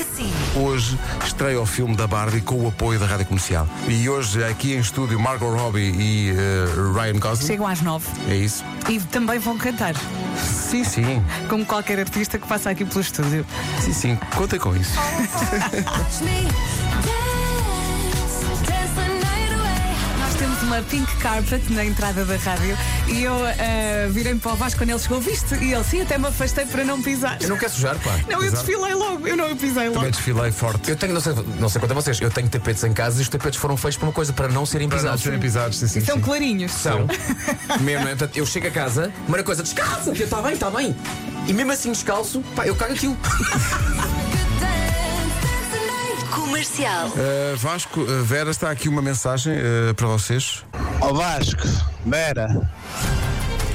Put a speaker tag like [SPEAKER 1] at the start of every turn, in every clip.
[SPEAKER 1] assim.
[SPEAKER 2] Hoje estreia o filme da Barbie com o apoio da Rádio Comercial. E hoje, aqui em estúdio, Margot Robbie e eh, Ryan Gosling.
[SPEAKER 3] Chegam às nove
[SPEAKER 2] É isso?
[SPEAKER 3] e também vão cantar,
[SPEAKER 2] Sim, sim.
[SPEAKER 3] como qualquer artista que passa aqui pelo estúdio.
[SPEAKER 2] Sim, sim. Conta com isso.
[SPEAKER 4] Watch me dance, dance the night away.
[SPEAKER 3] Nós temos uma pink carpet na entrada da rádio e eu eh, virei-me para o Vasco quando ele chegou, viste? E ele, sim, até me afastei para não pisar.
[SPEAKER 5] Eu não quero sujar, pá.
[SPEAKER 3] Não, eu
[SPEAKER 5] Exato.
[SPEAKER 3] desfilei logo, eu não eu pisei logo.
[SPEAKER 2] Também desfilei forte.
[SPEAKER 5] Eu tenho, não sei, não sei quanto a vocês, eu tenho tapetes em casa e os tapetes foram feitos para uma coisa, para não serem
[SPEAKER 2] Para não
[SPEAKER 5] pisados.
[SPEAKER 2] serem pisados, sim, sim.
[SPEAKER 3] São
[SPEAKER 2] sim.
[SPEAKER 3] clarinhos.
[SPEAKER 5] São. mesmo, não é? Portanto, eu chego a casa, primeira coisa, descalça! Eu, está bem, está bem. E mesmo assim descalço, pá, eu cago aquilo.
[SPEAKER 4] Dance, dance the night.
[SPEAKER 1] Comercial.
[SPEAKER 2] Eh, Vasco, eh, Vera, está aqui uma mensagem eh, para vocês.
[SPEAKER 6] Ó Vasco, Vera,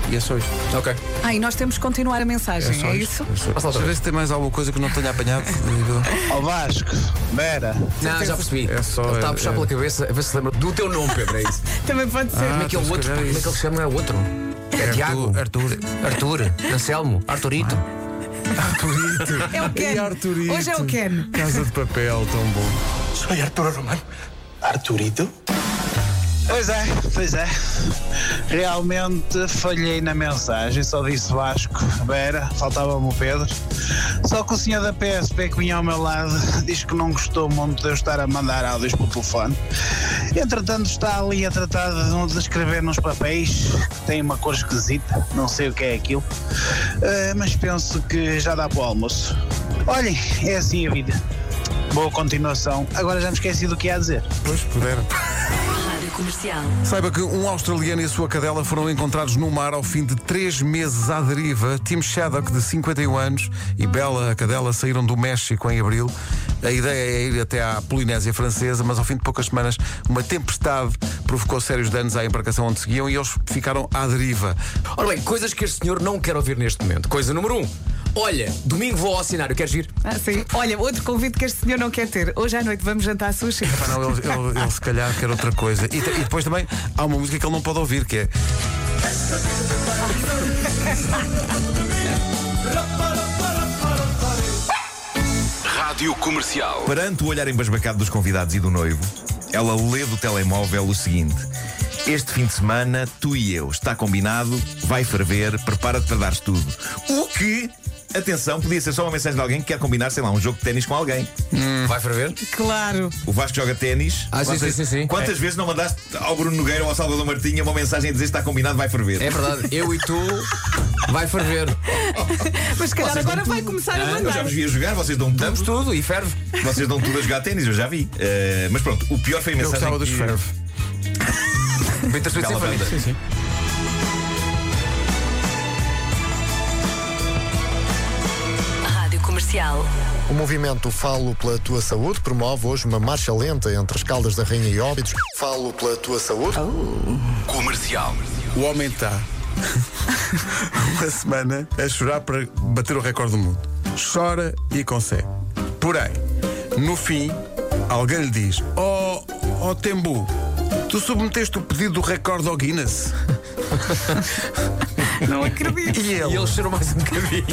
[SPEAKER 2] E é só isto.
[SPEAKER 5] ok.
[SPEAKER 3] Ah, e nós temos que continuar a
[SPEAKER 2] É
[SPEAKER 3] mensagem,
[SPEAKER 2] só
[SPEAKER 3] é
[SPEAKER 2] isto.
[SPEAKER 3] isso?
[SPEAKER 2] É só-
[SPEAKER 5] Passa
[SPEAKER 2] Deixa eu
[SPEAKER 5] outra
[SPEAKER 2] ver
[SPEAKER 5] vez.
[SPEAKER 2] se tem mais alguma coisa que eu não tenha apanhado.
[SPEAKER 6] ó Vasco, Vera.
[SPEAKER 5] Não, já percebi.
[SPEAKER 2] É só-
[SPEAKER 5] Ele está a puxar
[SPEAKER 2] é-
[SPEAKER 5] pela cabeça, a ver se lembra do teu nome, Pedro, é isso.
[SPEAKER 3] Também pode ser.
[SPEAKER 5] como é que é
[SPEAKER 2] então
[SPEAKER 5] o
[SPEAKER 2] se
[SPEAKER 5] outro?
[SPEAKER 2] calhar é
[SPEAKER 5] Como é que
[SPEAKER 2] isso.
[SPEAKER 5] ele se chama? É o outro? É
[SPEAKER 2] Arthur,
[SPEAKER 5] Tiago?
[SPEAKER 2] Arthur.
[SPEAKER 5] Arthur? Anselmo? Arturito?
[SPEAKER 2] Arturito.
[SPEAKER 3] É o Ken.
[SPEAKER 2] E Arturito.
[SPEAKER 3] Hoje é o Ken.
[SPEAKER 2] Casa de papel, tão bom.
[SPEAKER 6] Sou Arturo Romano. Arturito? Pois é, pois é. Realmente falhei na mensagem, só disse Vasco, Vera, faltava-me o Pedro. Só que o senhor da PSP que vinha ao meu lado diz que não gostou muito de eu estar a mandar áudios pelo telefone. Entretanto, está ali a tratar de nos escrever nos papéis, que tem uma cor esquisita, não sei o que é aquilo. Eh, mas penso que já dá para o almoço. Olhem, é assim a vida. Boa continuação. Agora já me esqueci do que ia dizer.
[SPEAKER 2] Pois, puder.
[SPEAKER 1] Rádio Comercial.
[SPEAKER 2] Saiba que um australiano e a sua cadela foram encontrados no mar ao fim de três meses à deriva. Tim Shaddock, de 51 anos, e Bella, a cadela, saíram do México em abril. A ideia é ir até à Polinésia Francesa, mas ao fim de poucas semanas, uma tempestade provocou sérios danos à embarcação onde seguiam e eles ficaram à deriva.
[SPEAKER 5] Ora bem, coisas que este senhor não quer ouvir neste momento. Coisa número um. Olha, domingo vou ao cenário, queres vir?
[SPEAKER 3] Ah, sim. Olha, outro convite que este senhor não quer ter. Hoje à noite vamos jantar sushi.
[SPEAKER 2] Pá, não, ele, ele- ele se calhar quer outra coisa. E, te- e depois também há uma música que ele não pode ouvir, que é.
[SPEAKER 7] Rádio Comercial.
[SPEAKER 8] Perante o olhar embasbacado dos convidados e do noivo, ela lê do telemóvel o seguinte: Este fim de semana, tu e eu, está combinado, vai ferver, prepara-te para dares tudo. O que, atenção, podia ser só uma mensagem de alguém que quer combinar, sei lá, um jogo de ténis com alguém.
[SPEAKER 5] Vai ferver?
[SPEAKER 3] Claro.
[SPEAKER 8] O Vasco joga ténis.
[SPEAKER 5] Ah, sim,
[SPEAKER 8] Quantas-
[SPEAKER 5] sim, sim, sim.
[SPEAKER 2] É.
[SPEAKER 8] Quantas vezes não mandaste ao Bruno Nogueira ou ao Salvador Martinha uma mensagem a dizer está combinado, vai ferver?
[SPEAKER 5] É verdade, eu e tu vai ferver.
[SPEAKER 3] Mas se calhar
[SPEAKER 8] Vocês dão
[SPEAKER 3] agora vai
[SPEAKER 8] tudo.
[SPEAKER 3] começar a
[SPEAKER 8] Ah, Eu já
[SPEAKER 3] mandar.
[SPEAKER 8] vos vi a jogar, vocês dão tudo.
[SPEAKER 5] Damos tudo e ferve.
[SPEAKER 8] Vocês dão tudo a jogar ténis, eu já vi. Eh, mas pronto, o pior foi a
[SPEAKER 2] Eu
[SPEAKER 8] mensagem.
[SPEAKER 2] gostava dos
[SPEAKER 8] que-
[SPEAKER 2] ferve.
[SPEAKER 5] Bittersweet
[SPEAKER 8] Bela
[SPEAKER 5] Symphony.
[SPEAKER 8] banda. Sim,
[SPEAKER 1] Rádio Comercial.
[SPEAKER 9] O movimento Falo pela Tua Saúde promove hoje uma marcha lenta entre as Caldas da Rainha e Óbidos. Falo pela Tua Saúde.
[SPEAKER 7] Comercial.
[SPEAKER 2] O homem está uma semana a chorar para bater o recorde do mundo. Chora e consegue. Porém, no fim, alguém lhe diz: Oh, oh Tembu, tu submeteste o pedido do recorde ao Guinness?
[SPEAKER 3] Não acredito.
[SPEAKER 2] E
[SPEAKER 5] E
[SPEAKER 2] ele?
[SPEAKER 5] eles cheiram mais um bocadinho.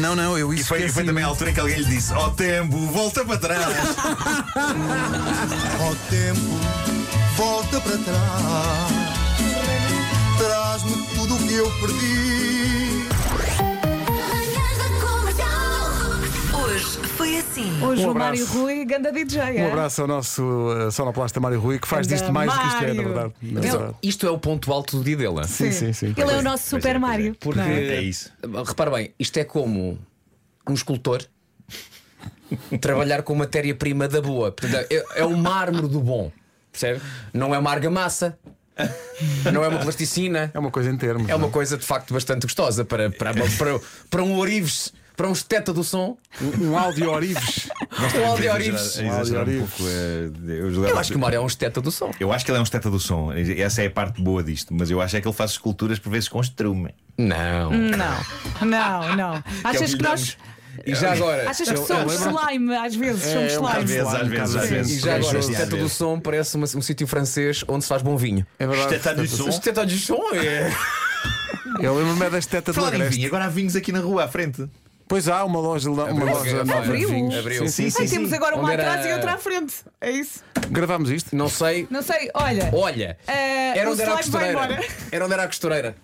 [SPEAKER 2] Não, não, eu
[SPEAKER 8] E
[SPEAKER 2] isso
[SPEAKER 8] foi, e foi também a altura em que alguém lhe disse: Ó tempo, volta para trás.
[SPEAKER 9] Ao tempo, volta para trás. Traz-me tudo o que eu perdi.
[SPEAKER 4] Manhãs da comercial.
[SPEAKER 1] Hoje foi assim.
[SPEAKER 3] Hoje
[SPEAKER 2] Um
[SPEAKER 3] o Mário
[SPEAKER 2] abraço.
[SPEAKER 3] Rui, ganda DJ.
[SPEAKER 2] Um
[SPEAKER 3] é?
[SPEAKER 2] abraço ao nosso uh, sonoplasta Mário Rui, que faz
[SPEAKER 3] Anda,
[SPEAKER 2] disto mais do que isto é, na
[SPEAKER 3] Mário.
[SPEAKER 2] verdade. Na
[SPEAKER 3] Ele-
[SPEAKER 2] verdade.
[SPEAKER 5] Isto é o ponto alto do dia dela.
[SPEAKER 2] Sim, sim, sim.
[SPEAKER 3] Ele é o nosso
[SPEAKER 8] Pois é,
[SPEAKER 3] Super
[SPEAKER 8] pois é.
[SPEAKER 3] Mário.
[SPEAKER 5] Porque,
[SPEAKER 3] não é?
[SPEAKER 8] É isso.
[SPEAKER 5] repara bem, isto é como um escultor trabalhar com matéria-prima da boa. Portanto, é, é o mármore do bom, percebe? Não é uma argamassa, não é uma plasticina,
[SPEAKER 2] É uma coisa em termos.
[SPEAKER 5] é
[SPEAKER 2] não
[SPEAKER 5] uma coisa de facto bastante gostosa para, para, para, para um orives, para um esteta do som.
[SPEAKER 2] Um áudio Orives.
[SPEAKER 5] Um áudio orives.
[SPEAKER 8] É exagerar
[SPEAKER 2] Olha,
[SPEAKER 8] um pouco, é, eu,
[SPEAKER 5] Eu acho que o Mário é um esteta do som.
[SPEAKER 8] eu acho que ele é um esteta do som. Essa é a parte boa disto. Mas eu acho é que ele faz esculturas por vezes com estrume.
[SPEAKER 5] Não.
[SPEAKER 3] Hum. Não, não, não. Achas que nós.
[SPEAKER 5] E já agora.
[SPEAKER 3] Achas que
[SPEAKER 2] Eu- eu
[SPEAKER 3] somos
[SPEAKER 2] lembro-
[SPEAKER 3] slime, às vezes somos
[SPEAKER 2] um bocado
[SPEAKER 8] Às
[SPEAKER 3] slime.
[SPEAKER 8] vezes, às vezes, às
[SPEAKER 2] Sim,
[SPEAKER 8] vezes. é
[SPEAKER 5] E já agora, este teto
[SPEAKER 8] Às
[SPEAKER 5] do
[SPEAKER 8] vezes.
[SPEAKER 5] som parece uma- um sítio francês onde se faz bom vinho.
[SPEAKER 2] É verdade.
[SPEAKER 8] Esteta do som.
[SPEAKER 5] Este teto do som é.
[SPEAKER 2] Eu lembro-me é da esteta do
[SPEAKER 8] Falar em
[SPEAKER 2] Agreste.
[SPEAKER 8] vinho, agora há vinhos aqui na rua à frente.
[SPEAKER 2] Pois há uma loja, lá- uma
[SPEAKER 5] Abriu.
[SPEAKER 2] loja nova de
[SPEAKER 3] Abriu.
[SPEAKER 2] vinhos.
[SPEAKER 5] Abriu.
[SPEAKER 2] Sim, sim,
[SPEAKER 3] Ai,
[SPEAKER 2] sim.
[SPEAKER 3] temos agora uma
[SPEAKER 5] Onde era-
[SPEAKER 3] atrás e outra à frente. É isso.
[SPEAKER 2] Gravámos isto?
[SPEAKER 5] Não sei.
[SPEAKER 3] Não sei, olha.
[SPEAKER 5] Olha,
[SPEAKER 3] Eh,
[SPEAKER 5] era
[SPEAKER 3] o
[SPEAKER 5] onde era a
[SPEAKER 3] slime vai
[SPEAKER 5] costureira.
[SPEAKER 3] embora.
[SPEAKER 5] Era onde era a costureira.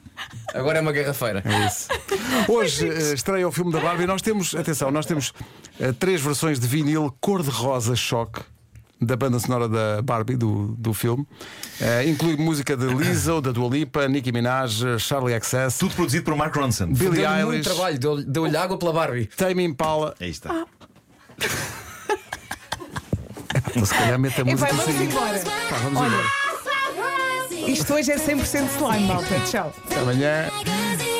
[SPEAKER 5] Agora é uma garrafeira.
[SPEAKER 2] Hoje eh, estreia o filme da Barbie. Nós temos, atenção, nós temos eh, três versões de vinil cor-de-rosa choque da banda sonora da Barbie, do, do filme. Eh, inclui música de Lizzo, da Dua Lipa, Nicki Minaj, Charlie XS,
[SPEAKER 8] Tudo produzido por Mark Ronson.
[SPEAKER 2] Billie
[SPEAKER 5] Deu-lhe muito
[SPEAKER 2] Eilish,
[SPEAKER 5] trabalho, deu-lhe deu-lhe água pela Barbie.
[SPEAKER 2] Tame Impala.
[SPEAKER 8] Aí está.
[SPEAKER 2] Então, se calhar mete a
[SPEAKER 3] E
[SPEAKER 2] música
[SPEAKER 3] vai, vamos
[SPEAKER 2] assim.
[SPEAKER 3] embora.
[SPEAKER 2] Pá, vamos embora.
[SPEAKER 3] Isto hoje é 100% slime, malta. Tchau.
[SPEAKER 2] Até amanhã.
[SPEAKER 4] Amanhã.